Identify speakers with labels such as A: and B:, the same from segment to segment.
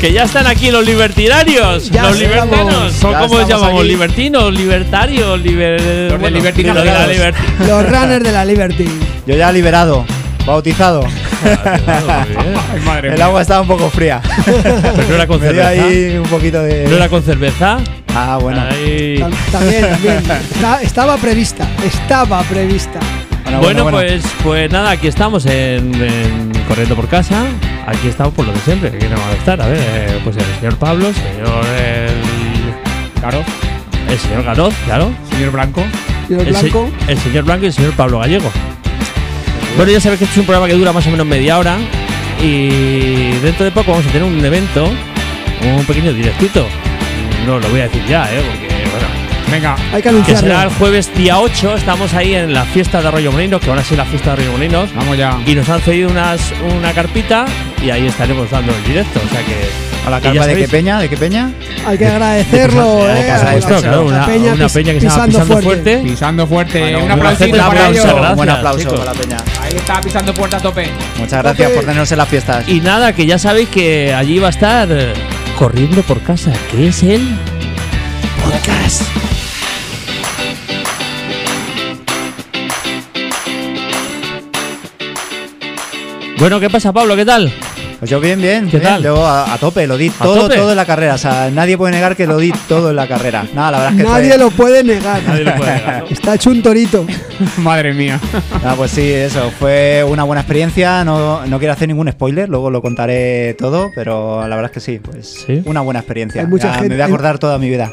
A: que ya están aquí los libertinarios.
B: Ya
A: los
B: estamos,
A: libertanos. ¿Son
B: ya
A: como
B: estamos
A: llamamos?
B: aquí.
A: Libertinos, libertarios, liber...
C: de
A: bueno,
C: libertinados.
A: de la liberti-
B: Los runners de la Liberty.
D: Yo ya liberado, bautizado.
A: Ah, Claro, muy bien.
C: Ay, madre
D: El
C: mía.
D: agua estaba un poco fría.
A: Pero no era con
D: Me dio
A: cerveza.
D: ahí un poquito de.
A: No era con cerveza.
D: Ah, bueno.
A: ¿ah? Ay.
B: Tam- También, también. Está- estaba prevista. Estaba prevista.
A: bueno,
D: Bueno, bueno, bueno.
A: Pues, pues nada, aquí estamos en, en Corriendo por Casa. Aquí estamos por lo de siempre, que no va a estar. A ver, eh, pues el señor Pablo, el señor. El,
C: Claro,
A: el señor Garoz, claro.
C: señor Blanco.
B: Y los
A: El, se-
B: blancos.
A: el señor Blanco y el señor Pablo Gallego. Bueno, ya sabéis que este es un programa que dura más o menos media hora. Y dentro de poco vamos a tener un evento, un pequeño directito. No lo voy a decir ya, ¿eh? Porque, bueno.
C: Venga,
B: Hay que
A: Que será el
B: anunciarlo.
A: jueves día 8, estamos ahí en la fiesta de Arroyo Molinos, que van a ser la fiesta de Arroyo Molinos.
C: vamos ya.
A: Y nos han cedido unas, una carpita y ahí estaremos dando el directo. O sea que.
D: ¿A la
A: que ya
D: carpa de qué
A: sabéis. Eh,
D: peña? ¿De qué peña?
B: Hay que agradecerlo,
A: Pues,
B: eh.
A: por
B: a
D: supuesto,
B: la-
A: claro,
B: a la
A: una, una
B: pis-
A: peña que se llama Pisando, Fuerte.
C: Pisando fuerte.
D: Bueno,
C: un
D: bueno,
C: aplausito
A: haced un
C: para
A: aplauso,
C: ellos.
D: Un
A: gracias,
D: buen aplauso
A: chicos.
D: para la peña.
C: Ahí está pisando fuerte a tope.
D: Muchas gracias por tenernos en las fiestas.
A: Y nada, que ya sabéis que allí va a estar eh, corriendo por casa, que es el podcast. Bueno, ¿qué pasa, Pablo? ¿Qué tal?
D: Pues yo bien, bien.
A: ¿Qué
D: bien.
A: tal?
D: Yo a, a tope, lo di todo,
A: tope?
D: todo en la carrera. O sea, nadie puede negar que lo di todo en la carrera. No, la verdad es que
B: Nadie
D: fue-
B: lo puede negar. Está hecho un torito.
C: Madre mía.
D: Ah, pues sí, eso. Fue una buena experiencia. No, no quiero hacer ningún spoiler, luego lo contaré todo, pero la verdad es que sí, pues
A: Sí.
D: una buena experiencia.
B: Hay mucha
D: Ya
B: gente-
D: me voy a acordar toda mi vida.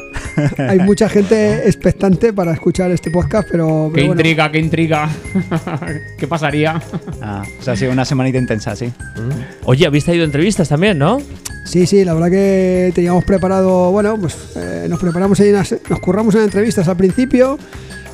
B: Hay mucha gente expectante para escuchar este podcast, pero.
C: Qué
B: pero bueno.
C: intriga, qué intriga. ¿Qué pasaría?
D: Ah, pues ha sido una semanita intensa, sí.
A: ¿Mm? Oye, habéis traído entrevistas también, ¿no?
B: Sí, sí, la verdad que teníamos preparado, bueno, pues eh, nos preparamos ahí, unas- nos curramos en entrevistas al principio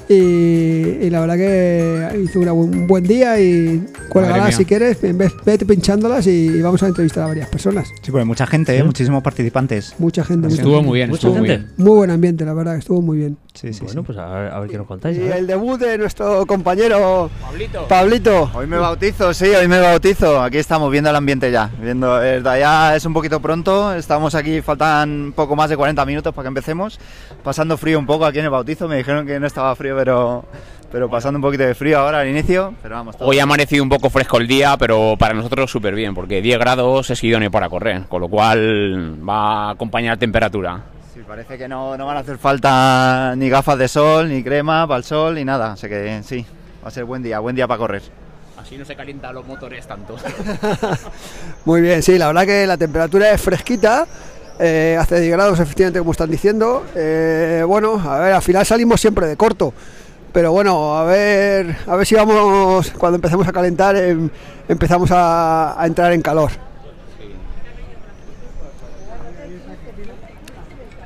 B: y, y la verdad que hizo una bu- un buen día y cuélgalas
C: mía.
B: si quieres, en vez- vete pinchándolas y vamos a entrevistar a varias personas.
D: Sí, porque mucha gente, ¿eh? muchísimos participantes.
B: Mucha gente, mucha
C: Estuvo
B: gente.
C: muy bien,
A: Mucha
C: estuvo muy
A: gente.
C: bien.
B: Muy buen ambiente, la verdad, que estuvo muy bien.
D: Sí, sí,
A: Bueno,
D: sí.
A: pues a ver, a ver qué nos contáis. a
E: Y
A: ver.
E: el debut de nuestro compañero
C: Pablito.
E: Pablito.
D: Hoy me bautizo, sí, hoy me bautizo. Aquí estamos viendo el ambiente ya. Viendo, eh, ya es un poquito pronto, estamos aquí, faltan poco más de 40 minutos para que empecemos. Pasando frío un poco aquí en el bautizo, me dijeron que no estaba frío, pero, pero pasando un poquito de frío ahora al inicio. Pero vamos, todo
F: Hoy ha amanecido un poco fresco el día, pero para nosotros súper bien, porque 10 grados es idóneo para correr, con lo cual va a acompañar temperatura.
D: Sí, parece que no, no van a hacer falta ni gafas de sol, ni crema para el sol, ni nada. Así que sí, va a ser buen día, buen día para correr.
F: Así no se calientan los motores tanto.
E: Muy bien, sí, la verdad que la temperatura es fresquita. eh, hace 10 grados, efectivamente, como están diciendo. Eh, bueno, a ver, al final salimos siempre de corto. Pero bueno, a ver, a ver si vamos, cuando empecemos a calentar, em, empezamos a, a entrar en calor.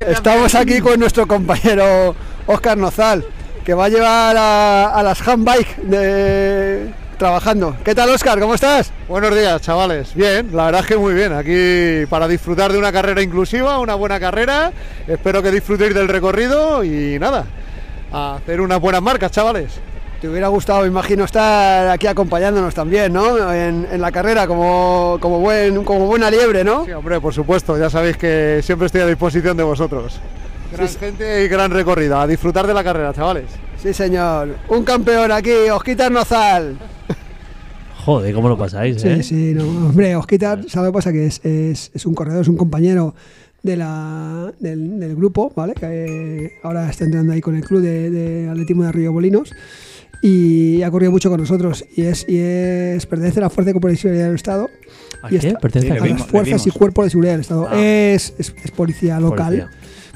E: Estamos aquí con nuestro compañero Oscar Nozal, que va a llevar a, a las handbike de, trabajando. ¿Qué tal, Oscar? ¿Cómo estás?
G: Buenos días, chavales. Bien, la verdad es que muy bien. Aquí para disfrutar de una carrera inclusiva, una buena carrera. Espero que disfrutéis del recorrido y nada, a hacer unas buenas marcas, chavales.
E: Te hubiera gustado, imagino, estar aquí acompañándonos también, ¿no? En, en la carrera como, como, buen, como buena liebre, ¿no?
G: Sí, hombre, por supuesto, ya sabéis que siempre estoy a disposición de vosotros. Gran gente y gran recorrida. A disfrutar de la carrera, chavales.
E: Sí, señor. Un campeón aquí, Osquitar Nozal.
A: Joder, ¿cómo lo pasáis?
B: Sí,
A: eh?
B: sí, no, hombre, Osquitar, ¿sabes lo que pasa? Que es, es- es un corredor, es un compañero de la, del, del grupo, ¿vale? Que eh, ahora está entrenando ahí con el club de, de atletismo de Río Bolinos y ha corrido mucho con nosotros y es, y es pertenece a la Fuerza de Cuerpo de Seguridad del Estado.
A: ¿A
B: y
A: qué?
B: está-
A: ¿Pertenece
B: a
A: a qué?
B: las
D: vimos, le
B: Fuerzas y
D: vimos.
B: Cuerpo de Seguridad del Estado.
A: Ah.
B: Es, es- es policía local
A: Policía.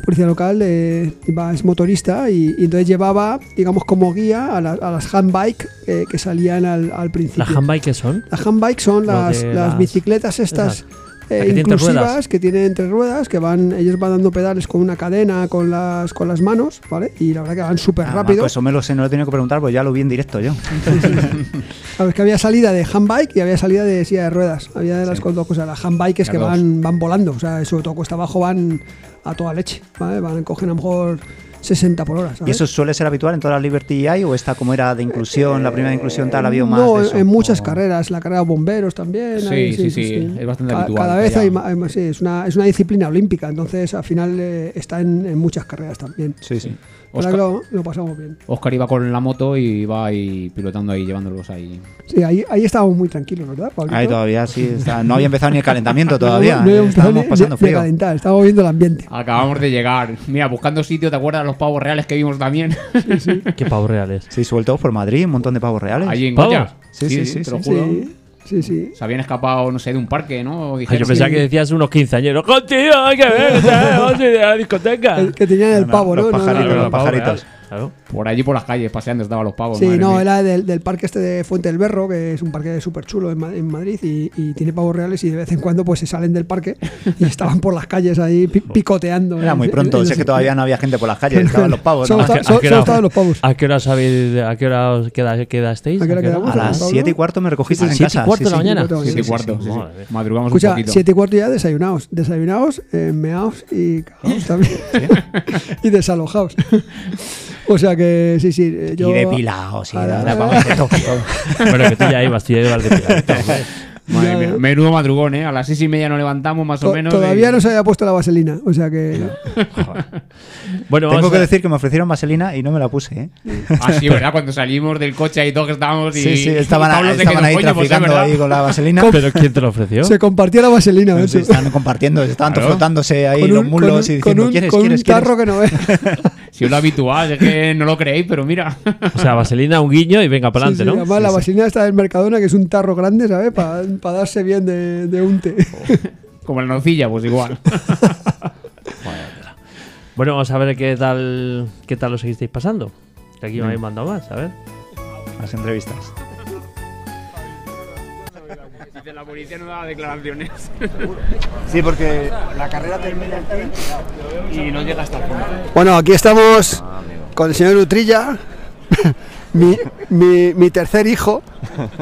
B: policía local, eh, iba- es motorista y, y entonces llevaba, digamos, como guía a, la- a las handbike eh, que salían al, al principio.
A: ¿Las handbike qué son?
B: Las handbike son
A: Lo
B: las,
A: de
B: las
A: las-
B: bicicletas estas
A: esas.
B: eh,
A: La que tiene tres
B: inclusivas
A: ruedas.
B: que tienen tres ruedas, que van, ellos van dando pedales con una cadena, con las, con las manos, ¿vale? Y la verdad que van
H: Ah,
B: súper rápido.
A: pues
H: pues,
D: eso me lo sé, no lo he tenido que preguntar, porque ya lo vi en directo yo.
B: Sabes que había salida de handbike y había salida de silla de ruedas. Había de las
D: Sí.
B: co- dos cosas. Las handbike es que
D: Las dos.
B: van, van volando, o sea, sobre todo cuesta abajo van a toda leche, ¿vale? Van, cogen a lo mejor 60 por hora.
H: ¿Y
B: ¿sabes?
H: eso suele ser habitual en todas las Liberty EI o esta como era de inclusión, la primera de inclusión tal, había más?
B: No,
H: de eso?
B: en muchas
H: O-
B: carreras, la carrera de bomberos también.
C: Sí,
B: hay-
C: sí, sí, es bastante
B: Ca-
C: habitual,
B: Cada vez
C: ya.
B: hay ma- hay más, sí, es una, es una disciplina olímpica, entonces al final eh, está en, en muchas carreras también.
H: Sí, sí.
B: La verdad que lo, lo pasamos bien.
C: Oscar iba con la moto y iba ahí pilotando ahí, llevándolos ahí.
B: Sí, ahí, ahí estábamos muy tranquilos, ¿verdad, Pablito?
H: Ahí todavía sí, está- no había empezado ni el calentamiento todavía.
B: No,
H: eh,
B: no habíamos empezado
H: estábamos
B: ni-
H: pasando
B: ni a
H: frío.
B: calentar, estábamos viendo el ambiente.
C: Acabamos de llegar. Mira, buscando sitio, ¿te acuerdas los pavos reales que vimos también?
A: Qué pavos reales.
H: Sí, sueltos por Madrid, un montón de pavos reales.
C: Allí en
A: ¿Pavos?
C: Goya.
H: Sí, sí, sí,
C: te lo
H: sí,
C: juro.
B: Sí, sí, sí.
C: Se habían escapado, no sé, de un parque, ¿no?
A: Ay,
C: Dijeron,
A: yo pensaba
C: sí.
A: que decías unos quinceañeros. ¡Oh, tío, hay que ver! ¿sabes? Vamos a ir a la discoteca.
B: El que tenían el
H: no,
B: pavo, ¿no?
H: Ah, los
B: No, no,
H: pajaritos,
B: no.
H: los pajaritos.
A: Claro.
C: Por allí por las calles, paseando, estaban los
H: Oh,
C: pavos.
B: Sí,
C: madre
B: no,
C: mía.
B: era del, del parque este de Fuente del Berro, que es un parque súper chulo en, Ma- en Madrid y, y tiene pavos reales y de vez en cuando pues se salen del parque y estaban por las calles ahí pi- picoteando.
H: Oh. Era muy
B: En-
H: pronto,
B: en- en
H: si es
B: los-
H: que todavía no había gente por las calles, estaban los pavos. ¿no?
B: Solo está-
A: ¿A qué-
B: solo-
A: a qué
B: solo
A: hora-
B: estaban los pavos.
A: ¿A qué hora sabéis? ¿A qué hora os queda- quedasteis?
B: ¿A qué hora quedamos?
H: A las
B: Pablo?
H: 7 y cuarto me recogiste en
A: ¿Siete
H: casa.
A: y cuarto
H: sí,
A: de la
H: sí.
A: mañana?
B: cuarto,
C: Siete y
B: sí,
C: cuarto. sí, sí.
A: Madre mía.
C: Madrugamos
B: Escucha,
C: un poquito.
B: 7 y cuarto ya desayunaos, desayunaos, eh, meaos y cagaos también. y desalojaos. o sea que sí, sí. eh, Yo,
H: Y depilados, y
B: Ah,
H: la-
B: ah,
H: la- vamos, de todo.
A: Bueno, que tú ya ibas, tú ya ibas de piratito, hombre.
C: Madre
B: Ya-
C: mía. Menudo madrugón, ¿eh? A las seis y media nos levantamos más o
B: to-
C: menos.
B: todavía no se había puesto la vaselina. O sea que.
A: Bueno, vamos
H: Tengo que
A: a-
H: decir que me ofrecieron vaselina y no me la puse. ¿eh?
C: Así, ¿verdad? Cuando salimos del coche ahí todos que estábamos y...
H: Sí, sí, estaban,
C: y Pablo se
H: estaban
C: quedó,
H: ahí
C: "Coño, pues,
H: traficando
C: ¿verdad?".
H: ahí con la vaselina.
A: ¿Pero quién te lo ofreció?
B: Se compartía la vaselina,
H: Sí,
B: ¿ves?
H: estaban compartiendo, estaban
C: Claro.
H: frotándose ahí los
B: un-
H: muslos y
B: un-
H: diciendo,
B: un-
H: ¿quieres,
B: con
H: quieres,
B: un tarro
H: quieres?
B: que no ve.
C: Si es lo habitual, es que no lo creéis, pero mira.
A: O sea, vaselina, un guiño y venga para
B: Sí,
A: adelante,
B: sí,
A: ¿no?
B: Además, la vaselina está del Mercadona, que es un tarro grande, ¿sabes? Para darse bien de, de un té.
C: Como la nocilla, pues igual.
A: Bueno, vamos a ver qué tal, qué tal lo seguisteis pasando. Que aquí me habéis mandado más, a ver.
H: Las entrevistas.
C: La policía no da declaraciones.
D: Sí, porque la carrera termina aquí y no llega hasta el fondo.
E: Bueno, aquí estamos con el señor Utrilla, mi, mi- mi tercer hijo.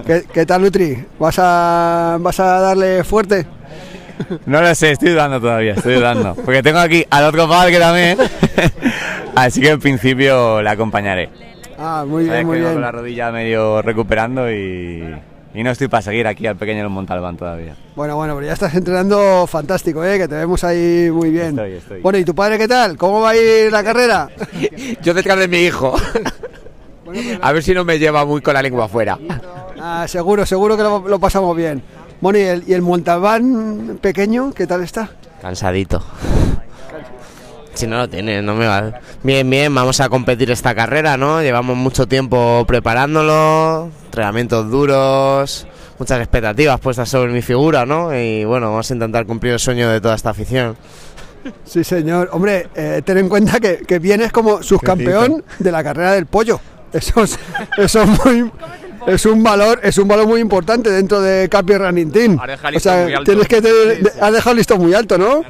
E: ¿Qué, qué tal, Utri? ¿Vas a, ¿Vas a darle fuerte?
I: No lo sé, estoy dudando todavía, estoy dudando. Porque tengo aquí al otro padre también. Así que en principio la acompañaré.
E: Ah, muy
I: Sabes
E: bien,
I: que
E: muy
I: vengo con
E: bien.
I: la rodilla medio recuperando y, y no estoy para seguir aquí al pequeño del Montalbán todavía.
E: Bueno, bueno, pero ya estás entrenando fantástico, ¿eh? Que te vemos ahí muy bien.
I: Estoy, estoy.
E: Bueno, ¿y tu padre qué tal? ¿Cómo va a ir la carrera?
J: Yo detrás de mi hijo. A ver si no me lleva muy con la lengua afuera.
E: Ah, seguro, seguro que lo, lo pasamos bien. Bueno, ¿y el, y el Montalbán pequeño? ¿Qué tal está?
J: Cansadito. Si no lo tiene, no me va. Bien, bien, vamos a competir esta carrera, ¿no? Llevamos mucho tiempo preparándolo, entrenamientos duros, muchas expectativas puestas sobre mi figura, ¿no? Y bueno, vamos a intentar cumplir el sueño de toda esta afición.
E: Sí, señor. Hombre, eh, ten en cuenta que, que vienes como subcampeón de la carrera del pollo. Eso es, eso es muy... Es un valor, es un valor muy importante dentro de Capi Running Team.
I: Has dejado el
E: O sea,
I: listón muy alto.
E: tienes que tener- has dejado el listón muy alto, ¿no?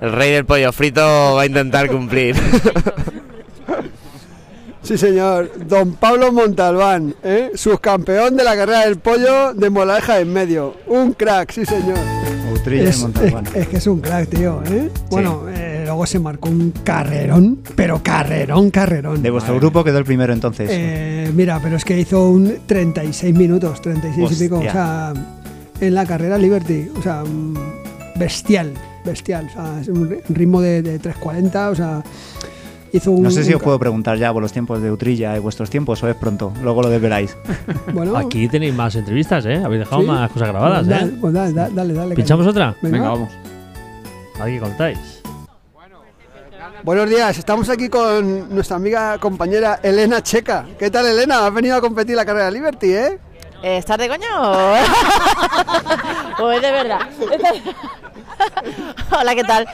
J: El rey del pollo frito va a intentar cumplir.
E: Sí, señor. Don Pablo Montalbán, ¿eh? subcampeón de la carrera del pollo de Moladeja en medio. Un crack, sí, señor.
H: Utrilla y
B: Es,
H: Montalbán.
B: es- es que es un crack, tío, ¿eh? Bueno, eh, luego se marcó un carrerón, pero carrerón, carrerón.
H: De vuestro grupo quedó el primero entonces.
B: Eh, mira, pero es que hizo un 36 minutos, 36 y pico, o
H: Hostia.
B: sea, en la carrera Liberty, o sea, mm, bestial, bestial, o sea, es un ri- ritmo de, de 3.40, o sea, hizo un...
H: no sé si
B: un
H: os puedo preguntar ya por los tiempos de Utrilla y vuestros tiempos o es pronto, luego lo desveláis.
B: ca- Bueno,
A: Aquí tenéis más entrevistas, ¿eh? Habéis dejado
B: ¿Sí?
A: más cosas grabadas,
B: da-
A: ¿eh?
B: pues da- da- dale, dale.
A: ¿Pinchamos
B: caña.
A: otra?
B: Venga,
C: Venga, vamos.
A: Aquí contáis.
E: Buenos días, estamos aquí con nuestra amiga compañera Elena Checa. ¿Qué tal, Elena? Has venido a competir la carrera Liberty, ¿eh?
K: ¿Estás de coña o.? o es Pues de verdad? Hola, ¿qué tal?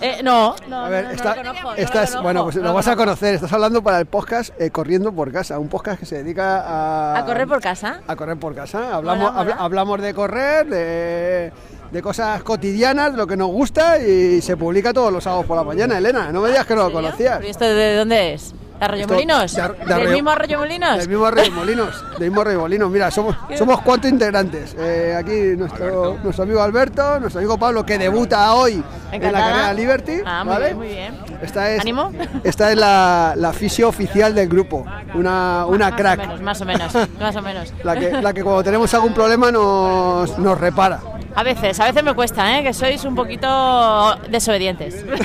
K: Eh, no, no,
E: A ver,
K: no, no, no
E: está-
K: lo conozco, no lo
E: estás,
K: conozco,
E: bueno, pues
K: no
E: lo vas a
K: conozco.
E: conocer. Estás hablando para el podcast eh, Corriendo por Casa, un podcast que se dedica a...
K: ¿A correr por casa?
E: a correr por casa. Hablamos,
K: Mola, mola.
E: habla- hablamos de correr, de, de cosas cotidianas, de lo que nos gusta y se publica todos los sábados por la mañana, Elena. No me digas que no lo
K: ¿En serio?
E: conocías.
K: ¿Pero ¿Y esto de dónde es? ¿De Arroyomolinos?
B: Esto- de- de
K: ¿Del
B: Arroyo-
K: mismo Arroyomolinos?
B: Del mismo Arroyomolinos, del mismo Arroyomolinos. Mira, somos, somos cuatro integrantes. Eh, aquí nuestro, nuestro amigo Alberto, nuestro amigo Pablo, que debuta hoy en la
K: Encantada.
B: carrera Liberty.
K: Ah, muy
B: ¿vale?
K: bien, muy bien.
B: Esta es,
K: ¿Ánimo?
B: Esta es la, la fisio oficial del grupo, una, una
K: Más
B: crack.
K: o menos, más o menos, más o menos.
B: La que, la que cuando tenemos algún problema nos, nos repara.
K: A veces, a veces me cuesta, ¿eh? Que sois un poquito desobedientes.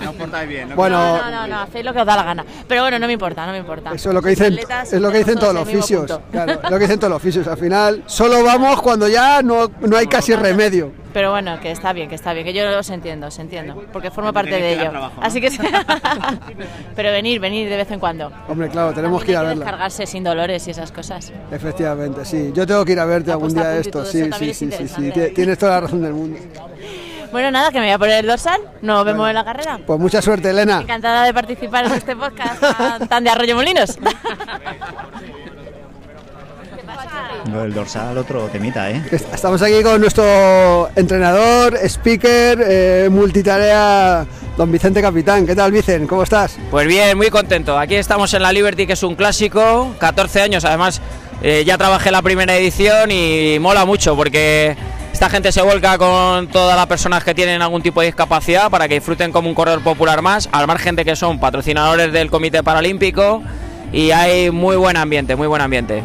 D: No os portáis bien, ¿no?
B: Bueno,
K: No, no, no, no, hacéis lo que os da la gana. Pero bueno, no me importa, no me importa.
B: Eso es lo que dicen,
K: Atletas,
B: es lo que dicen todos los
K: en el mismo
B: oficios.
K: punto.
B: Claro, lo que dicen todos los oficios. Al final, solo vamos cuando ya no, no hay casi remedio.
K: Pero bueno, que está bien, que está bien, que yo os entiendo, os entiendo, porque formo parte
B: Tenéis
K: de
B: que dar
K: ello.
B: trabajo, ¿no?
K: Así que... Pero venir, venir de vez en cuando.
B: Hombre, claro, tenemos que ir a
K: Hay que
B: verla.
K: descargarse sin dolores y esas cosas.
B: Efectivamente, sí. Yo tengo que ir a verte algún día de
K: punto y
B: esto.
K: todo
B: Sí,
K: eso
B: sí,
K: también
B: sí,
K: es
B: sí, sí.
K: interesante.
B: Tie- Tienes toda la razón del mundo.
K: Bueno, nada, que me voy a poner el dorsal, nos vemos en la carrera.
B: Pues mucha suerte, Elena.
K: Encantada de participar en este podcast tan, tan de Arroyo Molinos.
H: Lo del dorsal, otro temita, ¿eh?
B: Estamos aquí con nuestro entrenador, speaker, eh, multitarea, don Vicente Capitán. ¿Qué tal, Vicen? ¿Cómo estás?
L: Pues bien, muy contento. Aquí estamos en la Liberty, que es un clásico, 14 años. Además, eh, ya trabajé la primera edición y mola mucho porque esta gente se vuelca con todas las personas que tienen algún tipo de discapacidad para que disfruten como un corredor popular más, al margen de que son patrocinadores del Comité Paralímpico y hay muy buen ambiente, muy buen ambiente.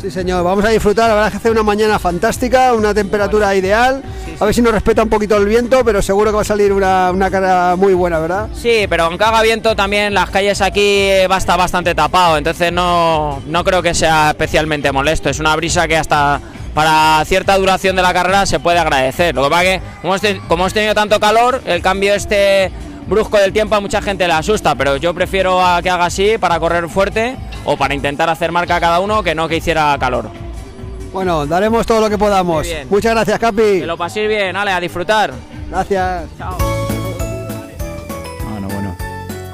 B: Sí, señor, vamos a disfrutar. La verdad es que hace una mañana fantástica, una temperatura ideal. A ver si nos respeta un poquito el viento, pero seguro que va a salir una, una cara muy buena, ¿verdad?
L: Sí, pero aunque haga viento también las calles aquí eh, va a estar bastante tapado, entonces no, no creo que sea especialmente molesto. Es una brisa que hasta para cierta duración de la carrera se puede agradecer. Lo que pasa que como hemos, te- como hemos tenido tanto calor, el cambio este brusco del tiempo a mucha gente le asusta, pero yo prefiero a que haga así para correr fuerte o para intentar hacer marca a cada uno que no que hiciera calor.
B: Bueno, daremos todo lo que podamos.
L: Muy bien.
B: Muchas gracias,
L: Que
B: Capi.
L: lo paséis bien, Ale, a disfrutar.
B: Gracias.
A: Ah,
H: Bueno, bueno.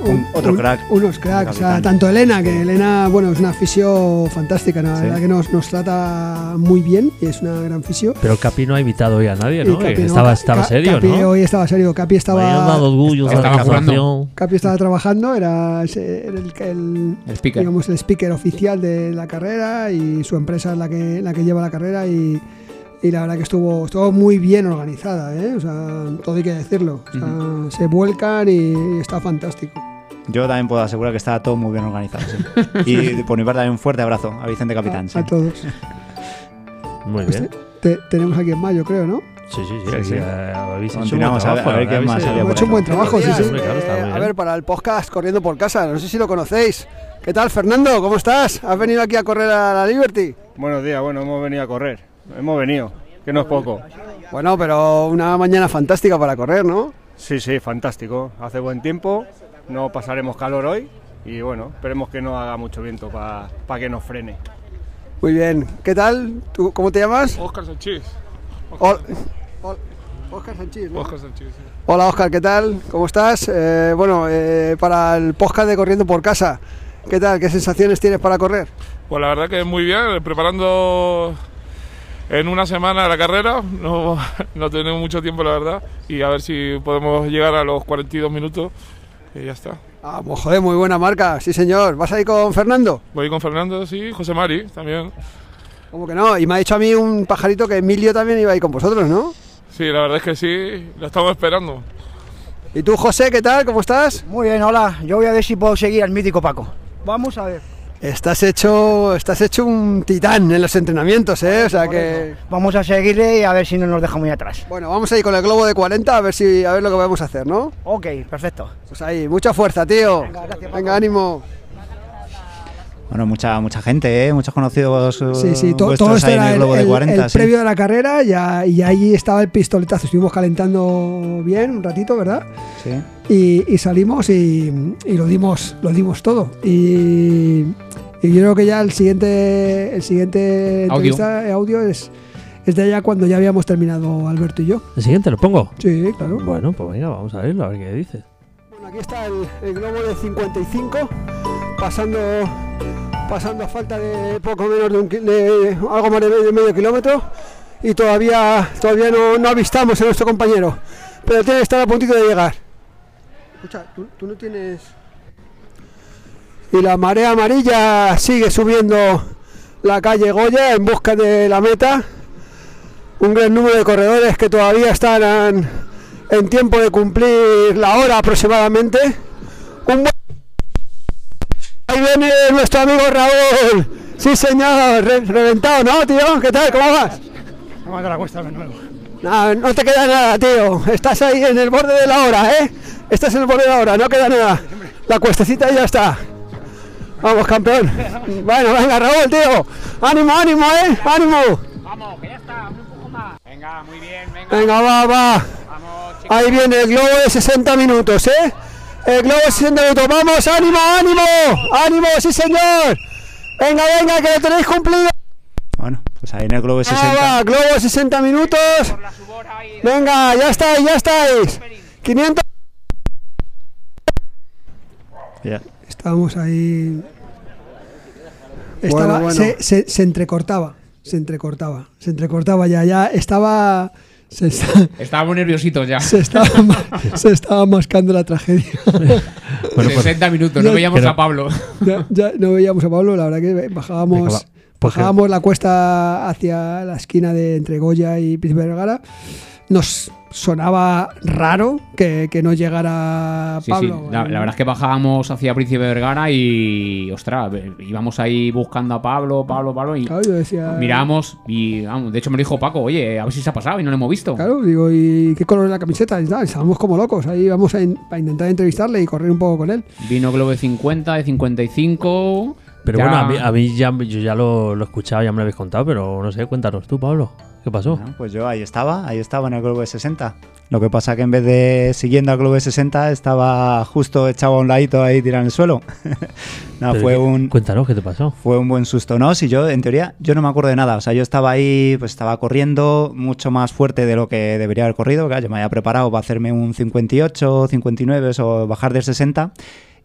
H: Un- otro crack.
B: Unos cracks, o sea,
H: Capitán.
B: tanto Elena, que Elena, bueno, es una fisio fantástica, ¿no? la
A: Sí.
B: verdad que nos, nos trata muy bien y es una gran fisio.
A: Pero Capi no ha invitado hoy a nadie,
B: Y
A: ¿no?
B: Capi, no,
A: estaba
B: Ca-
A: estaba
B: Ca-
A: serio,
B: Capi
A: ¿no?
B: hoy estaba serio, Capi estaba...
A: Me han dado orgullo de la
B: estaba
A: conversación.
B: Capi estaba trabajando, era ese- era el, el-
C: El speaker.
B: digamos, el speaker oficial de la carrera y su empresa es la que, la que lleva la carrera y, y la verdad que estuvo, estuvo muy bien organizada, ¿eh? O sea, todo hay que decirlo. O sea, Se vuelcan y está fantástico.
H: Yo también puedo asegurar que está todo muy bien organizado. sí. Y por mi parte, también un fuerte abrazo a Vicente Capitán. sí.
B: A todos.
A: Muy
B: Pues
A: bien.
B: te- tenemos aquí en mayo, creo, ¿no?
A: Sí, sí, sí.
H: Sí,
A: que,
H: sí.
A: eh, habéis hecho un
H: Continuamos,
A: buen
H: a ver-
A: trabajo,
H: a ver
A: la
H: qué
A: verdad,
H: más
A: habéis
H: había
B: Ha hecho un buen trabajo, sí, sí.
A: Hombre, claro, está muy
B: Eh, a
A: bien.
B: ver, para el podcast Corriendo por Casa, no sé si lo conocéis. ¿Qué tal, Fernando? ¿Cómo estás? ¿Has venido aquí a correr a la Liberty?
M: Buenos días, bueno, hemos venido a correr. Hemos venido, que no es poco.
B: Bueno, pero una mañana fantástica para correr, ¿no?
M: Sí, sí, fantástico. Hace buen tiempo, no pasaremos calor hoy y bueno, esperemos que no haga mucho viento para que nos frene.
B: Muy bien. ¿Qué tal? ¿Tú, ¿Cómo te llamas?
N: Oscar Sánchez.
B: Hol-
N: Oscar Sánchez, Oscar Sánchez, sí.
B: Hola, Oscar, ¿qué tal? ¿Cómo estás? Eh, bueno, eh, para el podcast de Corriendo por Casa, ¿qué tal? ¿Qué sensaciones tienes para correr?
N: Pues la verdad que muy bien, preparando en una semana la carrera, no, no tenemos mucho tiempo la verdad, y a ver si podemos llegar a los 42 minutos y ya está.
B: Ah, pues, joder, muy buena marca, sí señor. ¿Vas ahí con Fernando?
N: Voy con Fernando, sí, José Mari también.
B: ¿Cómo que no? Y me ha dicho a mí un pajarito que Emilio también iba ahí con vosotros, ¿no?
N: Sí, la verdad es que sí, lo estamos esperando.
B: ¿Y tú, José, qué tal? ¿Cómo estás?
O: Muy bien, hola. Yo voy a ver si puedo seguir al mítico Paco. Vamos a ver.
B: Estás hecho, estás hecho un titán en los entrenamientos, ¿eh? O sea que...
O: Vamos a seguirle y a ver si no nos deja muy atrás.
B: Bueno, vamos a ir con el globo de 40 a ver si a ver lo que vamos a hacer, ¿no?
O: Ok, perfecto.
B: Pues ahí, mucha fuerza, tío. Venga, ánimo.
H: Bueno, mucha, mucha gente, ¿eh? Muchos conocidos eh,
B: Sí, sí, to-
H: vuestros
B: todo esto
H: ahí en
B: era
H: el
B: el,
H: Globo de
B: el-
H: 40.
B: el
H: sí.
B: previo de la carrera ya- y ahí estaba el pistoletazo. Estuvimos calentando bien un ratito, ¿verdad?
H: Sí.
B: Y, y salimos y, y lo dimos lo dimos todo. Y, y yo creo que ya el siguiente el siguiente
A: Audio.
B: entrevista eh, audio es, es de allá cuando ya habíamos terminado Alberto y yo.
A: ¿El siguiente lo pongo?
B: Sí, claro.
A: Bueno, pues venga, vamos a verlo, a ver qué dice.
B: Aquí está el, el globo de 55, pasando, pasando a falta de poco menos de, un, ki- de algo más de medio, de medio kilómetro y todavía, todavía no, no avistamos a nuestro compañero, pero tiene que estar a puntito de llegar. Escucha, ¿tú, no tienes...
E: Y la marea amarilla sigue subiendo la calle Goya en busca de la meta. Un gran número de corredores que todavía están en, en tiempo de cumplir la hora aproximadamente. Un buen- Ahí viene nuestro amigo Raúl. Sí, señor. Re- reventado, ¿no, tío? ¿Qué tal? ¿Cómo vas?
P: Vamos a la cuesta de nuevo.
E: No, no te queda nada, tío. Estás ahí en el borde de la hora, ¿eh? Estás en el borde de la hora, no queda nada. La cuestecita y ya está. Vamos, campeón. Bueno, venga, Raúl, tío. Ánimo, ánimo, ¿eh? Ánimo.
L: Venga, muy bien,
B: Eh.
L: venga.
E: Venga, va, va. Ahí viene el globo de 60 minutos, ¿eh? El globo de 60 minutos. Vamos, ánimo, ánimo. Ánimo, sí, señor. Venga, venga, que lo tenéis cumplido.
H: Bueno, pues ahí en el globo de 60.
E: Ah, va, globo 60 minutos. Venga, ya estáis, ya estáis. 500.
B: Estábamos ahí.
E: Bueno,
B: Estaba-
E: bueno.
B: Se, se- se entrecortaba, se entrecortaba, se entrecortaba ya, ya estaba. Se, esta-
C: Estaba muy nerviosito ya.
B: se estaba, ma- se estaba mascando la tragedia.
C: 60 minutos, no
B: Ya-
C: veíamos
B: pero-
C: a Pablo.
B: Ya, ya no veíamos a Pablo, la verdad que bajábamos,
C: Venga, va, pues que-
B: bajábamos la cuesta hacia la esquina de entre Goya y Príncipe de Vergara. Nos sonaba raro que, que no llegara
C: Sí,
B: Pablo.
C: sí. La, la verdad es que bajábamos hacia Príncipe Vergara y, ostras, ve- íbamos ahí buscando a Pablo, Pablo, Pablo y
B: Claro, yo decía.
C: mirábamos y, vamos, de hecho me lo dijo Paco, oye, a ver si se ha pasado y no lo hemos visto.
B: Claro, digo, ¿y qué color es la camiseta? Y tal, estábamos como locos. Ahí vamos a, in- a intentar entrevistarle y correr un poco con él.
C: Vino Globo de 50, de 55.
A: Pero
C: ya-
A: bueno, a mí, a mí ya, yo ya lo, lo he escuchado, ya me lo habéis contado, pero no sé, cuéntanos tú, Pablo. ¿Qué pasó?
H: Pues yo ahí estaba, ahí estaba en el globo de 60. Lo que pasa que en vez de siguiendo al globo de 60 estaba justo echado a un ladito ahí tirado en el suelo.
A: Pero
H: Nada, Ah, fue
A: qué-
H: un
A: Cuéntanos qué te pasó.
H: fue un buen susto, ¿no? Si yo, en teoría, yo no me acuerdo de nada. O sea, yo estaba ahí, pues estaba corriendo mucho más fuerte de lo que debería haber corrido. Claro, yo me había preparado para hacerme un 58, 59 o bajar del 60.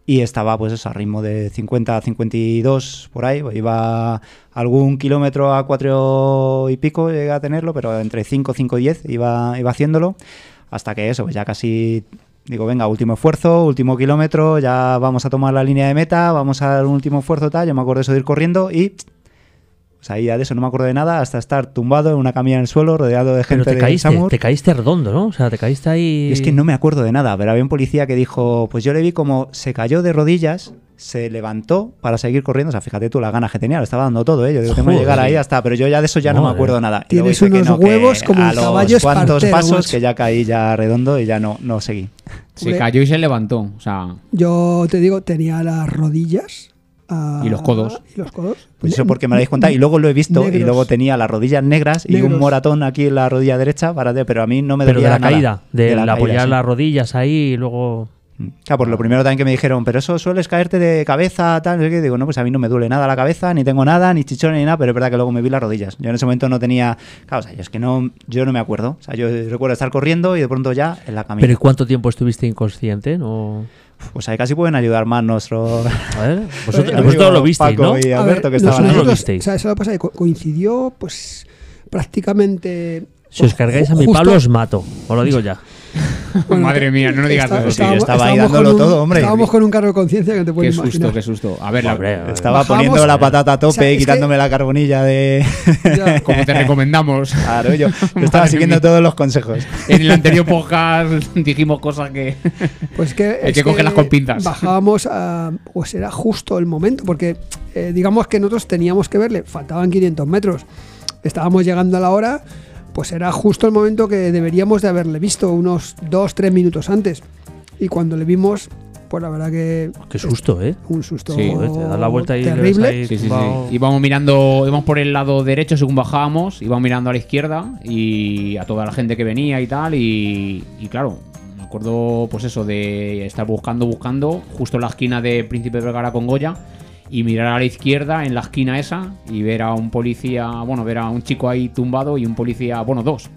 H: Y estaba, pues eso, a ritmo de 50, 52 por ahí. Iba algún kilómetro a 4 y pico, llegué a tenerlo, pero entre 5, 5 y 10 iba, iba haciéndolo. Hasta que eso, pues ya casi Digo, venga, último esfuerzo, último kilómetro, ya vamos a tomar la línea de meta, vamos a dar un último esfuerzo, tal. Yo me acuerdo de eso de ir corriendo y. Pues ahí ya de eso no me acuerdo de nada, hasta estar tumbado en una camilla en el suelo, rodeado de
A: Pero
H: gente
A: te
H: de
A: caíste,
H: Samur.
A: te caíste redondo, ¿no? O sea, te caíste ahí.
H: Y es que no me acuerdo de nada, pero había un policía que dijo, pues yo le vi como se cayó de rodillas, se levantó para seguir corriendo. O sea, fíjate tú las ganas que tenía, lo estaba dando todo, ¿eh? Yo digo, tengo que
A: Joder.
H: llegar ahí hasta, pero yo ya de eso ya no me
A: Madre.
H: acuerdo nada. Y
A: Tienes
H: luego dice que
A: unos
H: no, que
A: huevos como
H: a
A: el
H: los
A: caballo
H: cuantos
A: espartero,
H: pasos
A: macho.
H: que ya caí ya redondo y ya no, no seguí.
C: Se cayó y se levantó. O sea,
B: Yo te digo, tenía las rodillas. ah,
H: Y los codos.
B: Y los codos.
H: Pues eso porque me lo habéis contado. Y luego lo he visto y
B: Negros.
H: luego tenía las rodillas negras y
B: Negros.
H: un moratón aquí en la rodilla derecha, párate, pero a mí no me
A: Pero de la
H: dolía nada.
A: caída, de, la
H: caída,
A: apoyar
H: sí. Mm.
A: las rodillas ahí y luego.
H: Claro, por lo primero también que me dijeron, pero eso sueles caerte de cabeza, tal, no sé qué. Digo, no, pues a mí no me duele nada la cabeza, ni tengo nada, ni chichones, ni nada, pero es verdad que luego me vi las rodillas. Yo en ese momento no tenía... Claro, o sea, yo es que no, yo no me acuerdo. O sea, yo recuerdo estar corriendo y de pronto ya en la camilla.
A: ¿Pero ¿y cuánto tiempo estuviste inconsciente? No.
H: Pues ahí casi pueden ayudar más nuestros...
A: A ver, vosotros- vosotros lo visteis,
H: Paco
A: ¿no?
H: y
A: A ver,
H: Alberto que
A: nosotros
H: estaban ahí.
A: lo visteis.
B: O sea, eso lo que pasa es que co- coincidió, pues, prácticamente.
A: Si os cargáis a mi
B: Justo-
A: Pablo, os mato. Os lo digo ya.
C: madre mía, no nos digas
B: Está-
C: eso.
B: estábamos- estábamos con un- Estábamos con un cargo de conciencia que no te
C: Qué
B: puedes
C: susto,
B: imaginar.
C: qué susto. A ver, la-
H: Estaba
B: Bajamos-
H: poniendo la patata a
B: O sea,
H: tope,
B: es que-
H: quitándome la carbonilla de...
C: como te recomendamos.
H: Claro, yo, yo estaba siguiendo todos los consejos.
C: En el anterior podcast dijimos cosas que.
B: Pues que.
C: Hay
B: es
C: que cogerlas con pinzas.
B: Bajábamos a. Pues era justo el momento, porque eh, digamos que nosotros teníamos que verle, faltaban 500 metros. Estábamos llegando a la hora, pues era justo el momento que deberíamos de haberle visto, unos 2-3 minutos antes. Y cuando le vimos, pues la verdad que.
A: Qué susto, ¿eh?
B: Un susto.
C: Sí.
A: Joder, te das la vuelta y le ves
B: terrible.
A: ahí
C: Sí, sí, sí.
A: tumbado.
C: Íbamos mirando, íbamos por el lado derecho según bajábamos, íbamos mirando a la izquierda y a toda la gente que venía y tal. Y, y claro, me acuerdo, pues eso, de estar buscando, buscando, justo en la esquina de Príncipe Vergara con Goya. Y mirar a la izquierda, en la esquina esa, y ver a un policía, bueno, ver a un chico ahí tumbado y un policía, bueno, dos,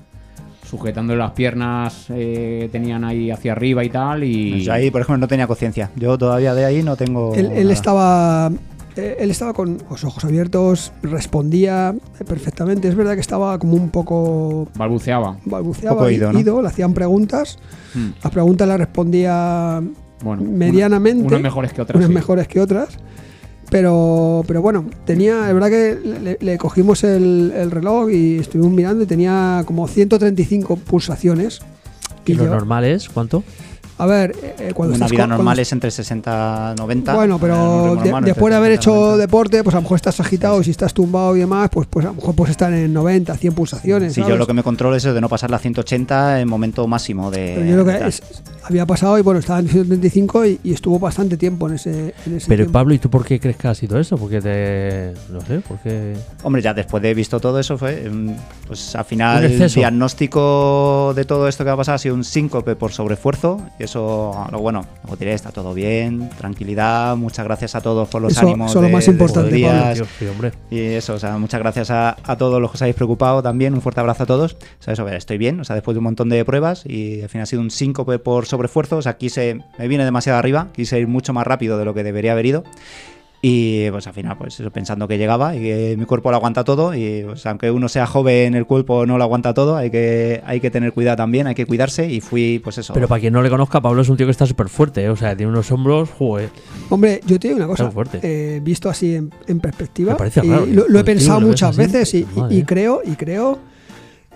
C: sujetando las piernas, eh, tenían ahí hacia arriba y tal. Y
H: Yo ahí, por ejemplo, no tenía conciencia. Yo todavía de ahí no tengo.
B: Él, él
H: nada.
B: estaba. eh, Él estaba con los ojos abiertos, respondía eh, perfectamente. Es verdad que estaba como un poco
C: balbuceaba.
B: balbuceaba,
C: Poco
B: i-
C: ido,
B: ido,
C: ¿no?
B: le hacían preguntas.
C: Hmm.
B: Las preguntas las respondía
C: Bueno,
B: medianamente.
C: una- unas mejores que otras,
B: unas
C: sí.
B: mejores que otras. Pero, pero bueno, tenía, es verdad que le, le cogimos el, el reloj y estuvimos mirando y tenía como 135 pulsaciones.
A: Que
B: Y
A: lo
B: lleva-
A: normal es, ¿cuánto?
B: A ver, eh, eh, cuando
H: Una
B: estás
H: vida
B: co- cuando
H: normal es entre 60 90.
B: Bueno,
H: Un
B: pero
H: ritmo
B: de-
H: normal,
B: después de
H: entre
B: haber
H: 60,
B: hecho deporte, pues a lo mejor estás agitado, si estás tumbado y demás, pues, pues a lo mejor puedes estar en 90, 100 pulsaciones.
H: Si yo
B: ¿sabes?
H: lo que me controlo es eso de no pasar la 180 en momento máximo de.
B: Pero yo creo
H: de-
B: que es- había pasado y bueno, estaba en 135 y, y estuvo bastante tiempo en ese, en ese
A: Pero
B: tiempo.
A: Pablo, ¿y tú por qué crees que ha sido eso? Porque te. No sé, porque.
H: Hombre, ya después de visto todo eso fue, mm, pues al final
A: Un
H: el
A: exceso.
H: diagnóstico de todo esto que ha pasado ha sido un síncope por sobreesfuerzo y eso, lo bueno, lo diré, está todo bien, tranquilidad, muchas gracias a todos por los
B: Eso-
H: ánimos
B: eso lo
H: de-
B: más
H: de
B: importante,
H: estos
B: Pablo.
H: días.
A: Dios, sí, hombre.
H: Y eso, o sea, muchas gracias a, a todos los que os habéis preocupado también, un fuerte abrazo a todos. O sea, eso, que estoy bien, o sea, después de un montón de pruebas y al final ha sido un síncope por sobreesfuerzo, o sea, quise, me vine demasiado arriba, quise ir mucho más rápido de lo que debería haber ido. Y pues al final, pues eso, pensando que llegaba y que mi cuerpo lo aguanta todo. Y pues, aunque uno sea joven, el cuerpo no lo aguanta todo. Hay que, hay que tener cuidado también, hay que cuidarse. Y fui, pues eso.
A: Pero para quien no le conozca, Pablo es un tío que está súper fuerte, ¿eh? o sea, tiene unos hombros, joder.
B: Hombre, yo te digo una cosa,
A: Está fuerte.
B: eh, visto así en, en perspectiva,
A: Me parece
B: y
A: raro,
B: lo, lo he
A: tío,
B: pensado
A: lo ves
B: muchas
A: así,
B: veces y, y-
A: madre
B: y
A: mía.
B: creo, y creo,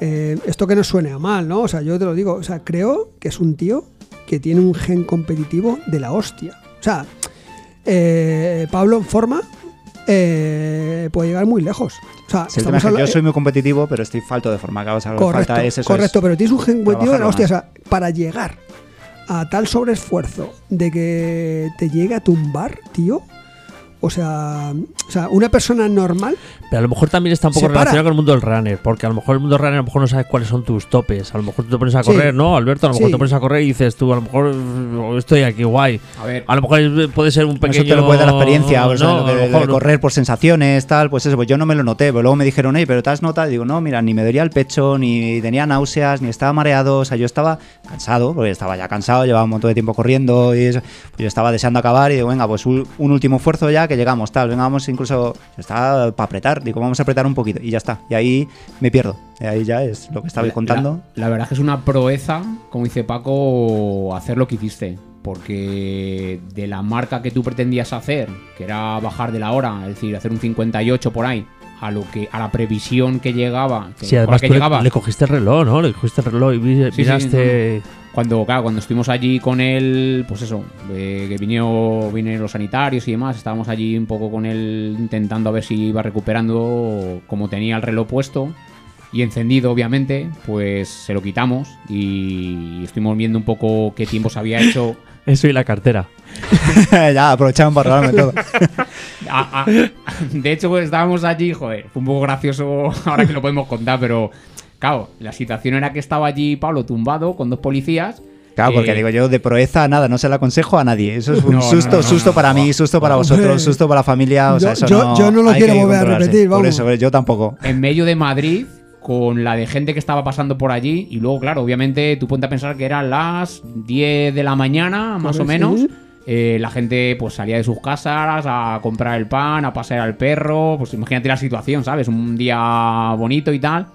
B: eh, esto que no suene a mal, ¿no? O sea, yo te lo digo, o sea, creo que es un tío que tiene un gen competitivo de la hostia. O sea, eh, Pablo en forma eh, puede llegar muy lejos. O sea,
H: Sí, el
B: estamos
H: tema es que
B: habla-
H: yo soy muy competitivo, pero estoy falto de forma. Claro, o sea, lo que
B: Correcto,
H: falta es eso,
B: correcto
H: es
B: pero tienes un gen competitivo de la
H: trabajarlo
B: hostia. O
H: más.
B: sea, para llegar a tal sobreesfuerzo de que te llegue a tumbar, tío. O sea, o sea, una persona normal.
A: Pero a lo mejor también está un poco
B: Se para.
A: relacionado con el mundo del runner, porque a lo mejor el mundo del runner a lo mejor no sabes cuáles son tus topes. A lo mejor tú te pones a
B: Sí.
A: correr, ¿no, Alberto? A lo mejor
B: Sí.
A: te pones a correr y dices tú, a lo mejor mm, estoy aquí guay.
C: A, ver.
A: lo mejor es- puede ser un pequeño.
H: Eso te lo puede dar la experiencia, o sea,
A: No,
H: lo que-
A: a lo
H: lo de
A: mejor-
H: correr por sensaciones, tal, pues eso, pues yo no me lo noté, pero luego me dijeron, hey, pero te has notado, Y digo, no, mira, ni me dolía el pecho, ni tenía náuseas, ni estaba mareado, o sea, yo estaba cansado, porque estaba ya cansado, llevaba un montón de tiempo corriendo, y eso, pues yo estaba deseando acabar, y digo, venga, pues un, un último esfuerzo ya, que llegamos, tal, venga, vamos incluso, yo estaba para apretar, digo, vamos a apretar un poquito, y ya está, y ahí me pierdo, y ahí ya es lo que estaba
C: La-
H: contando.
C: La, la verdad es que es una proeza, como dice Paco, hacer lo que hiciste. Porque de la marca que tú pretendías hacer, que era bajar de la hora, es decir, hacer un 58 por ahí, a lo que a la previsión que llegaba, que,
A: Sí,
C: con la
A: además
C: que
A: tú le-
C: llegabas.
A: le cogiste el reloj, ¿no? Le cogiste el reloj y vi-
C: Sí, sí,
A: miraste.
C: no, no. Cuando, claro, cuando estuvimos allí con él, pues eso, eh, que vinieron, vinieron los sanitarios y demás, estábamos allí un poco con él intentando a ver si iba recuperando como tenía el reloj puesto y encendido, obviamente, pues se lo quitamos y estuvimos viendo un poco qué tiempos había hecho.
A: Eso y la cartera.
H: ya, aprovechaban para robarme todo.
C: A- a- Ah, de hecho, pues, estábamos allí, joder, fue un poco gracioso ahora que lo podemos contar, pero claro, la situación era que estaba allí Pablo tumbado con dos policías.
H: Claro, porque
C: eh,
H: digo yo, de proeza nada, no se la aconsejo a nadie. Eso es un
C: No, no,
H: susto,
C: no, no,
H: susto para mí, susto para
C: Hombre.
H: vosotros, susto para la familia. O sea,
C: Yo-
H: eso
C: yo-
H: no,
C: yo no lo
H: hay
C: quiero
H: que
C: volver a
H: controlarse.
C: repetir,
H: Por
C: vamos.
H: eso, yo tampoco.
C: en medio de Madrid con la de gente que estaba pasando por allí y luego, claro, obviamente tú ponte a pensar que eran las 10 de la mañana, más o
L: Correcto.
C: menos. Eh, la gente pues salía de sus casas a comprar el pan, a pasear al perro, pues imagínate la situación, ¿sabes? Un día bonito y tal.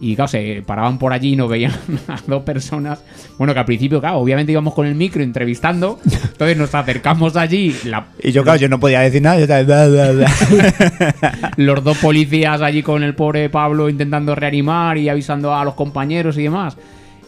C: Y claro, se paraban por allí y nos veían a dos personas. Bueno, que al principio, claro, obviamente íbamos con el micro entrevistando. Entonces nos acercamos allí. La,
H: Y yo, claro, yo no podía decir nada. Yo estaba, bla, bla, bla.
C: los dos policías allí con el pobre Pablo intentando reanimar y avisando a los compañeros y demás.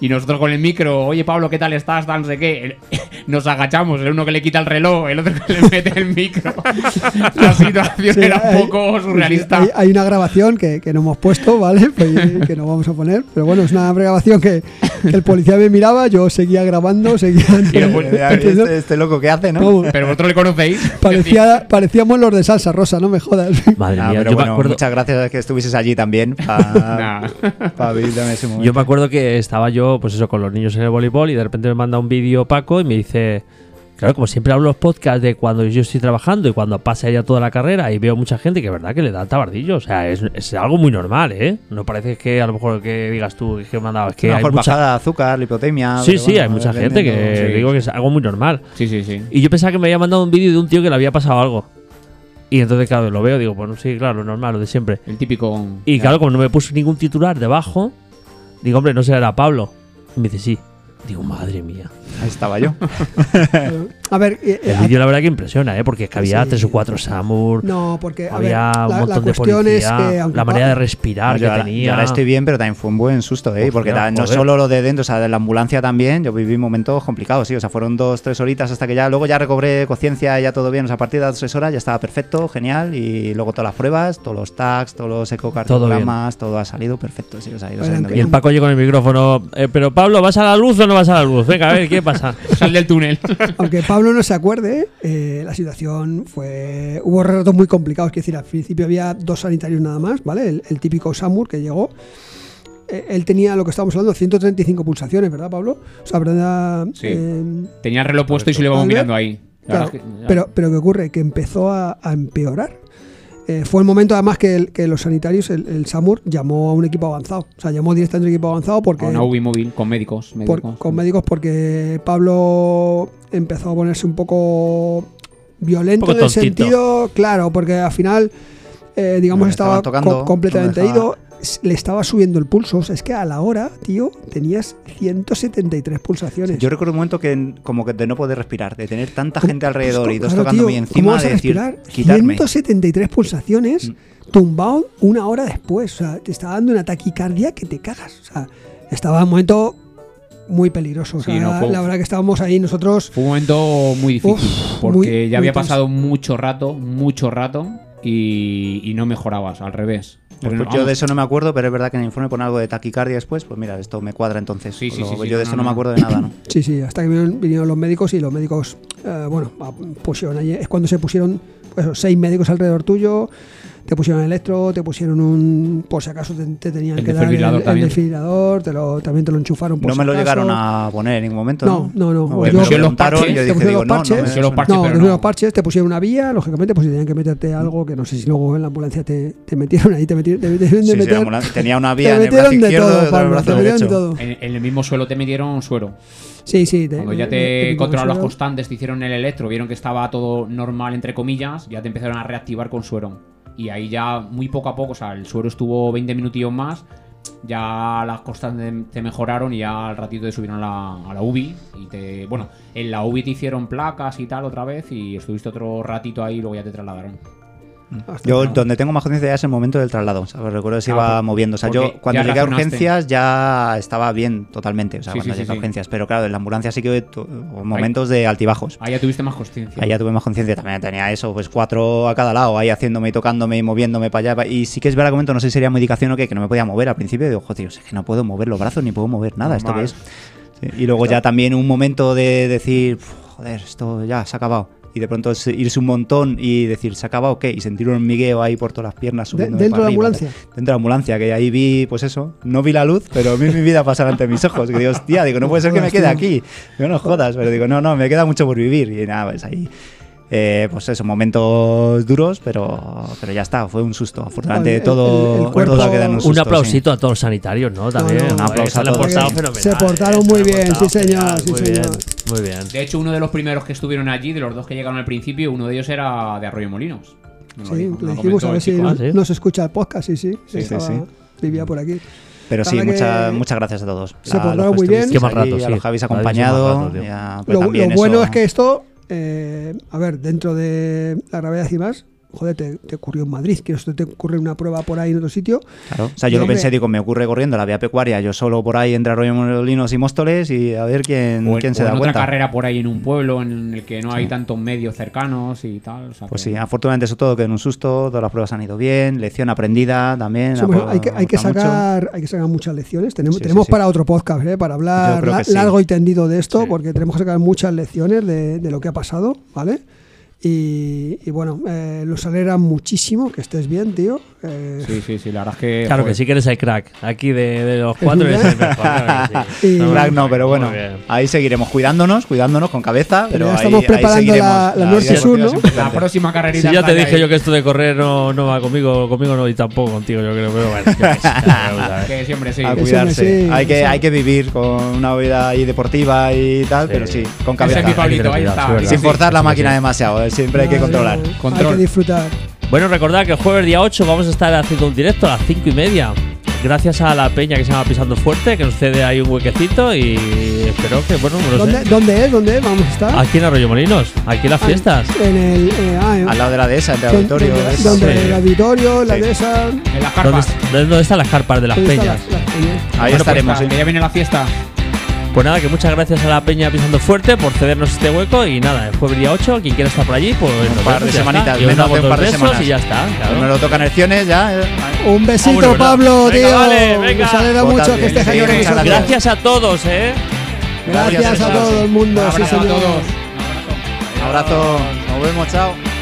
C: Y nosotros con el micro, oye Pablo, ¿qué tal estás? Tal, no sé qué. El- Nos agachamos, el uno que le quita el reloj, el otro que le mete el micro. La situación
B: Sí,
C: era un
B: hay-
C: poco
B: Hay,
C: surrealista.
B: hay una grabación que, que no hemos puesto, ¿vale? Pues, eh, que no vamos a poner. Pero bueno, es una grabación que, que el policía me miraba, yo seguía grabando, seguía. Entiendo.
H: este, este loco que hace, ¿no?
B: Vamos.
C: Pero vosotros le conocéis.
B: Parecía, parecíamos los de salsa rosa, no me jodas.
A: Madre
H: Ah,
A: mía,
H: pero
A: yo
H: bueno,
A: me acuerdo.
H: muchas gracias que estuvieses allí también para ese momento.
A: Yo me acuerdo que estaba yo, pues eso, con los niños en el voleibol y de repente me manda un vídeo Paco y me dice, claro, como siempre hablo en los podcasts de cuando yo estoy trabajando y cuando pasa ya toda la carrera y veo mucha gente que es verdad que le da tabardillo, o sea, es, es algo muy normal, ¿eh? No parece que a lo mejor que digas tú que me han dado, es
H: que
A: que
H: a lo
A: hay
H: mejor
A: mucha...
H: bajada de azúcar, lipotemia.
A: Sí,
H: pero
A: sí,
H: bueno,
A: hay mucha gente
H: depende,
A: que
H: ¿no? Sí.
A: digo que es algo muy normal.
C: Sí, sí, sí.
A: Y yo pensaba que me había mandado un vídeo de un tío que le había pasado algo. Y entonces, claro, lo veo, digo, bueno, sí, claro, lo normal, lo de siempre.
C: El típico.
A: Y claro, como no me puso ningún titular debajo, digo, hombre, no será Pablo. Y me dice, sí. Digo, madre mía.
H: Ahí estaba yo.
B: A ver, eh,
A: El vídeo la verdad que impresiona, ¿eh? Porque es que había
B: Sí.
A: tres o cuatro Samur.
B: No, porque, a
A: había
B: ver,
A: un
B: la- la
A: montón de
B: cuestión es
A: policía,
B: que, aunque
A: la manera
B: pa-
A: de respirar
H: No,
A: que
H: yo ahora, este
A: tenía.
H: yo ahora estoy bien, pero también fue un buen susto, ¿eh? Porque
A: Hostia,
H: ta- no
A: joder.
H: solo lo de dentro, o sea, de la ambulancia también, yo viví momentos complicados, sí, o sea, fueron dos, tres horitas hasta que ya, luego ya recobré conciencia, ya todo bien, o sea, a partir de las tres horas ya estaba perfecto, genial, y luego todas las pruebas, todos los tags, todos los ecocardiogramas, todo, ha salido perfecto, sí, o sea, ha ido saliendo
A: Y el
H: bien.
A: Paco oye con el micrófono. "Eh, pero Pablo, ¿vas a la luz o no vas a la luz? Venga, a ver, ¿qué pasa? Sal del túnel.
B: aunque Pablo no se acuerde, eh, la situación fue. Hubo retos muy complicados. Quiero decir, al principio había dos sanitarios nada más, ¿vale? El, el típico Samur que llegó. Eh, él tenía lo que estábamos hablando, 135 pulsaciones, ¿verdad, Pablo? O sea, ¿verdad?
C: Sí.
B: Eh,
C: Tenía el reloj puesto y se lo íbamos
B: Albert,
C: mirando ahí. La
B: claro,
C: verdad es que-
B: pero, pero ¿qué ocurre? Que empezó a, a empeorar. Eh, fue el momento además que, el- que los sanitarios, el, el SAMUR, llamó a un equipo avanzado. O sea, llamó directamente a un equipo avanzado porque...
C: a una UBI móvil con médicos.
B: por-
C: médicos.
B: con médicos porque Pablo empezó a ponerse un poco violento
C: Un poco
B: en el
C: tontito.
B: sentido, claro, porque al final, eh, digamos,
H: Me
B: estaba
H: estaban tocando,
B: co- completamente
H: me dejaba-
B: ido, s- le estaba subiendo el pulso. O sea, es que a la hora, tío, tenías 173 pulsaciones.
H: Yo recuerdo un momento que en- como que de no poder respirar, de tener tanta
B: Pues
H: gente alrededor y dos
B: Claro,
H: tocándome
B: tío, ¿cómo
H: encima,
B: vas a
H: de decir,
B: respirar?
H: quitarme. Mm.
B: 173 pulsaciones, tumbado una hora después. O sea, te estaba dando una taquicardia que te cagas. O sea, estaba en un momento muy peligroso. O
C: Sí,
B: sea,
C: no, fue un-
B: la verdad que estábamos ahí nosotros.
C: Fue un momento muy difícil,
B: Uf,
C: porque
B: muy-
C: ya había
B: muy tenso.
C: pasado mucho rato, mucho rato, y, y no mejorabas, al revés. Porque no-
H: Pues yo
C: vamos,
H: de eso no me acuerdo, pero es verdad que en el informe pone algo de taquicardia después. Pues mira, esto me cuadra entonces.
C: Sí, sí,
H: Lo-
C: sí, sí,
H: yo
C: no,
H: de eso
C: no,
H: no, me
C: no.
H: acuerdo de nada, ¿no?
B: Sí, sí, hasta que vinieron, vinieron los médicos y los médicos, eh, bueno, a- pusieron allí- es cuando se pusieron pues, esos seis médicos alrededor tuyo, te pusieron electro, te pusieron un, por si acaso te, te tenían
H: El
B: que dar el,
H: desfibrilador
B: el
H: también.
B: desfibrilador, te lo, también te lo enchufaron por
H: No
B: si
H: me lo
B: acaso.
H: llegaron a poner en ningún momento.
B: No, no, no.
H: Me
B: Yo-
H: lo preguntaron y
B: te
H: yo dije,
B: pusieron
H: digo,
B: los
H: no, no.
B: parches,
H: me
B: no,
H: suena.
B: te pusieron los parches, te pusieron una vía, lógicamente, pues tenían que meterte algo que no sé si luego en la ambulancia te, te metieron ahí, te metieron, te metieron
H: Sí,
B: de
H: sí, la
B: meter-
H: ambulancia tenía una
B: te
H: vía en el
B: metieron
H: brazo
B: de todo,
H: izquierdo y otra en el
B: Pablo,
H: brazo
B: te metieron de
H: derecho.
B: todo.
C: En, en el mismo suelo te metieron suero.
B: Sí, sí. te-
C: Eh, Cuando ya
B: te-
C: te
B: te
C: controlaron los
B: suero.
C: constantes, te hicieron el electro, vieron que estaba todo normal, entre comillas, ya te empezaron a reactivar con suero. Y ahí ya muy poco a poco, o sea, el suero estuvo 20 minutillos más, ya las constantes te mejoraron y ya al ratito te subieron a la, a la UBI. Y te, bueno, en la UBI te hicieron placas y tal otra vez y estuviste otro ratito ahí y luego ya te trasladaron.
H: Yo donde tengo más conciencia ya es el momento del traslado. O sea, recuerdo que se
C: Ah,
H: iba
C: por-
H: moviendo. O sea,
C: porque
H: yo cuando
C: ya
H: llegué a
C: razonaste.
H: urgencias ya estaba bien totalmente. O sea,
C: Sí,
H: cuando
C: sí, sí,
H: llegué a
C: sí.
H: urgencias. Pero claro, en la ambulancia sí que hubo tu- hubo momentos de altibajos.
C: Ahí ya tuviste más conciencia.
H: Ahí ya tuve más conciencia también, tenía eso, pues cuatro a cada lado, ahí haciéndome y tocándome y moviéndome para allá. pa- Y sí que es verdad que un momento, no sé si sería medicación o qué, que no me podía mover al principio. Digo, joder, es que no puedo mover los brazos ni puedo mover nada, ¿esto qué
C: Normal.
H: es? Sí, Y luego ya también un momento de decir, "Uf, joder, esto ya se ha acabado. Y de pronto se- irse un montón y decir, ¿se ha acabado qué? Y sentir un hormigueo ahí por todas las piernas subiendo.
B: dentro de la ambulancia?
H: Dentro de la ambulancia, que ahí vi, pues eso, no vi la luz, pero vi mi vida pasar ante mis ojos. Que digo, hostia, digo, no puede ser que me
B: jodas,
H: quede
B: tío.
H: aquí. Digo, no jodas, pero digo, no, no, me queda mucho por vivir. Y nada, pues ahí. eh, pues eso, momentos duros, pero, pero ya está, fue un susto. Afortunadamente,
A: El- el-
H: todo,
A: el cuerpo-
H: todo queda en un susto.
A: aplausito
H: a todos los sanitarios, ¿no?
A: También,
H: un
A: joder,
H: aplauso
A: se
H: a
A: lo han
H: todos.
A: portado
B: Se
A: fenomenal,
B: portaron muy bien, sí señor, sí
A: muy
B: señor.
A: Muy bien.
C: De hecho, uno de los primeros que estuvieron allí, de los dos que llegaron al principio, uno de ellos era de Arroyo Molinos. Nos lo
B: Sí,
C: dijo, nos
B: le
C: lo
B: dijimos
C: comentó
B: a
C: el
B: ver si
C: chico.
B: nos, nos escucha el podcast, sí, sí.
H: Sí,
B: estaba-
H: sí, sí.
B: Vivía por aquí.
H: Pero
B: La
H: sí,
B: verdad
H: mucha-
B: que
H: muchas gracias a todos.
B: Se
H: A los
B: portaron
H: que
B: muy bien.
H: estuvisteis allí, a los que habéis acompañado. ya, pero
B: Lo, lo
H: pues también eso-
B: bueno es que esto, eh, a ver, dentro de la gravedad y más, joder, te, te ocurrió en Madrid, que esto te ocurre una prueba por ahí en otro sitio.
H: Claro. O sea,
B: Y
H: yo lo
B: hombre,
H: pensé, digo, me ocurre corriendo la vía pecuaria, yo solo por ahí entre Arroyo Molinos y Móstoles y a ver quién,
B: Pues,
C: O en-
H: quién se
C: o
H: da
C: en
H: cuenta.
C: otra carrera por ahí en un pueblo en el que no hay tantos medios cercanos y tal. o sea
H: Pues
C: que-
H: sí, afortunadamente eso todo quedó en un susto, todas las pruebas han ido bien, lección aprendida también.
B: somos-
H: apro-
B: pues hay, que, hay, que
H: aporta mucho.
B: sacar, hay que sacar muchas lecciones. Tenemos,
H: Sí, sí,
B: tenemos
H: sí.
B: para otro podcast, ¿eh? para
H: Yo
B: hablar
H: creo
B: la-
H: que sí.
B: largo y tendido de esto, porque tenemos que sacar muchas lecciones de, de lo que ha pasado, ¿vale? Y, y bueno, eh, nos alegra muchísimo que estés bien, tío. Eh,
C: Sí, sí, sí, la verdad es que.
A: Claro que
C: joder,
A: sí que eres el crack. Aquí de, de los cuatro eres el mejor. claro que sí.
H: No, Black no, pero bueno,
A: Muy bien.
H: ahí seguiremos cuidándonos, cuidándonos con cabeza, pero,
A: ya
H: ahí-
A: estamos
H: ahí,
A: preparando
H: seguiremos.
A: la- la
H: vida
A: Norte Sur,
H: deportiva
A: ¿no?
H: es importante.
C: La próxima
A: Si
C: carrerita.
A: ya te
C: sale
A: dije
C: ahí.
A: yo que esto de correr no, no va conmigo, conmigo no y tampoco contigo, yo creo, pero bueno. yo qué eh. sé, ya lo sabes.
C: Que siempre sí.
H: A cuidarse.
A: sí,
H: hay, que,
A: sí.
H: hay que vivir con una vida ahí deportiva y tal, pero sí, con cabeza.
A: Ese es mi Pablito, ahí está.
H: Sin
A: Sí,
H: forzar
A: sí,
H: la
A: sí,
H: máquina
A: sí.
H: demasiado, eh, siempre hay que controlar.
B: Hay que disfrutar.
A: Bueno, recordad que el jueves día 8 vamos a estar haciendo un directo a las 5 y media. gracias a la peña que se llama Pisando Fuerte, que nos cede ahí un huequecito y espero que, bueno, no lo
B: ¿Dónde,
A: sé.
B: ¿Dónde es? ¿Dónde vamos a estar?
A: Aquí en Arroyo Molinos, aquí en las fiestas.
B: En el. eh, ah, en-
A: Al lado de la dehesa, el
B: en- en- Donde el auditorio, la
A: Sí.
B: de esa.
C: En las
A: ¿Dónde,
H: pues,
C: carpas.
A: dónde están las carpas de las
B: ¿Dónde
A: peñas?
B: están las- las peñas?
A: Ahí
C: Bueno, pues
A: estaremos,
C: nada,
A: ¿eh?
C: Que ya viene la fiesta.
A: Pues nada, que muchas gracias a la Peña Pisando Fuerte por cedernos este hueco y nada, el jueves día 8, quien quiera estar por allí, pues
H: Un
A: nos
H: par de
A: vemos y ya está.
H: semanitas,
A: Y os
H: menos
A: damos
H: de un
A: dos
H: par de
A: besos
H: semanas.
A: y ya está. claro.
H: No lo tocan elecciones, ya. eh.
B: Un
A: Ah,
B: besito,
A: bueno, ¿verdad?
B: Pablo,
A: Venga,
B: tío.
A: vale, venga.
B: Nos alegra
A: Votad
B: mucho que
A: bien.
B: estés aquí
A: Sí,
B: con
A: muchas
B: nosotros.
A: Gracias a todos, ¿eh?
B: Gracias a todo el mundo. sí, señor.
A: Un abrazo.
H: Nos vemos, chao.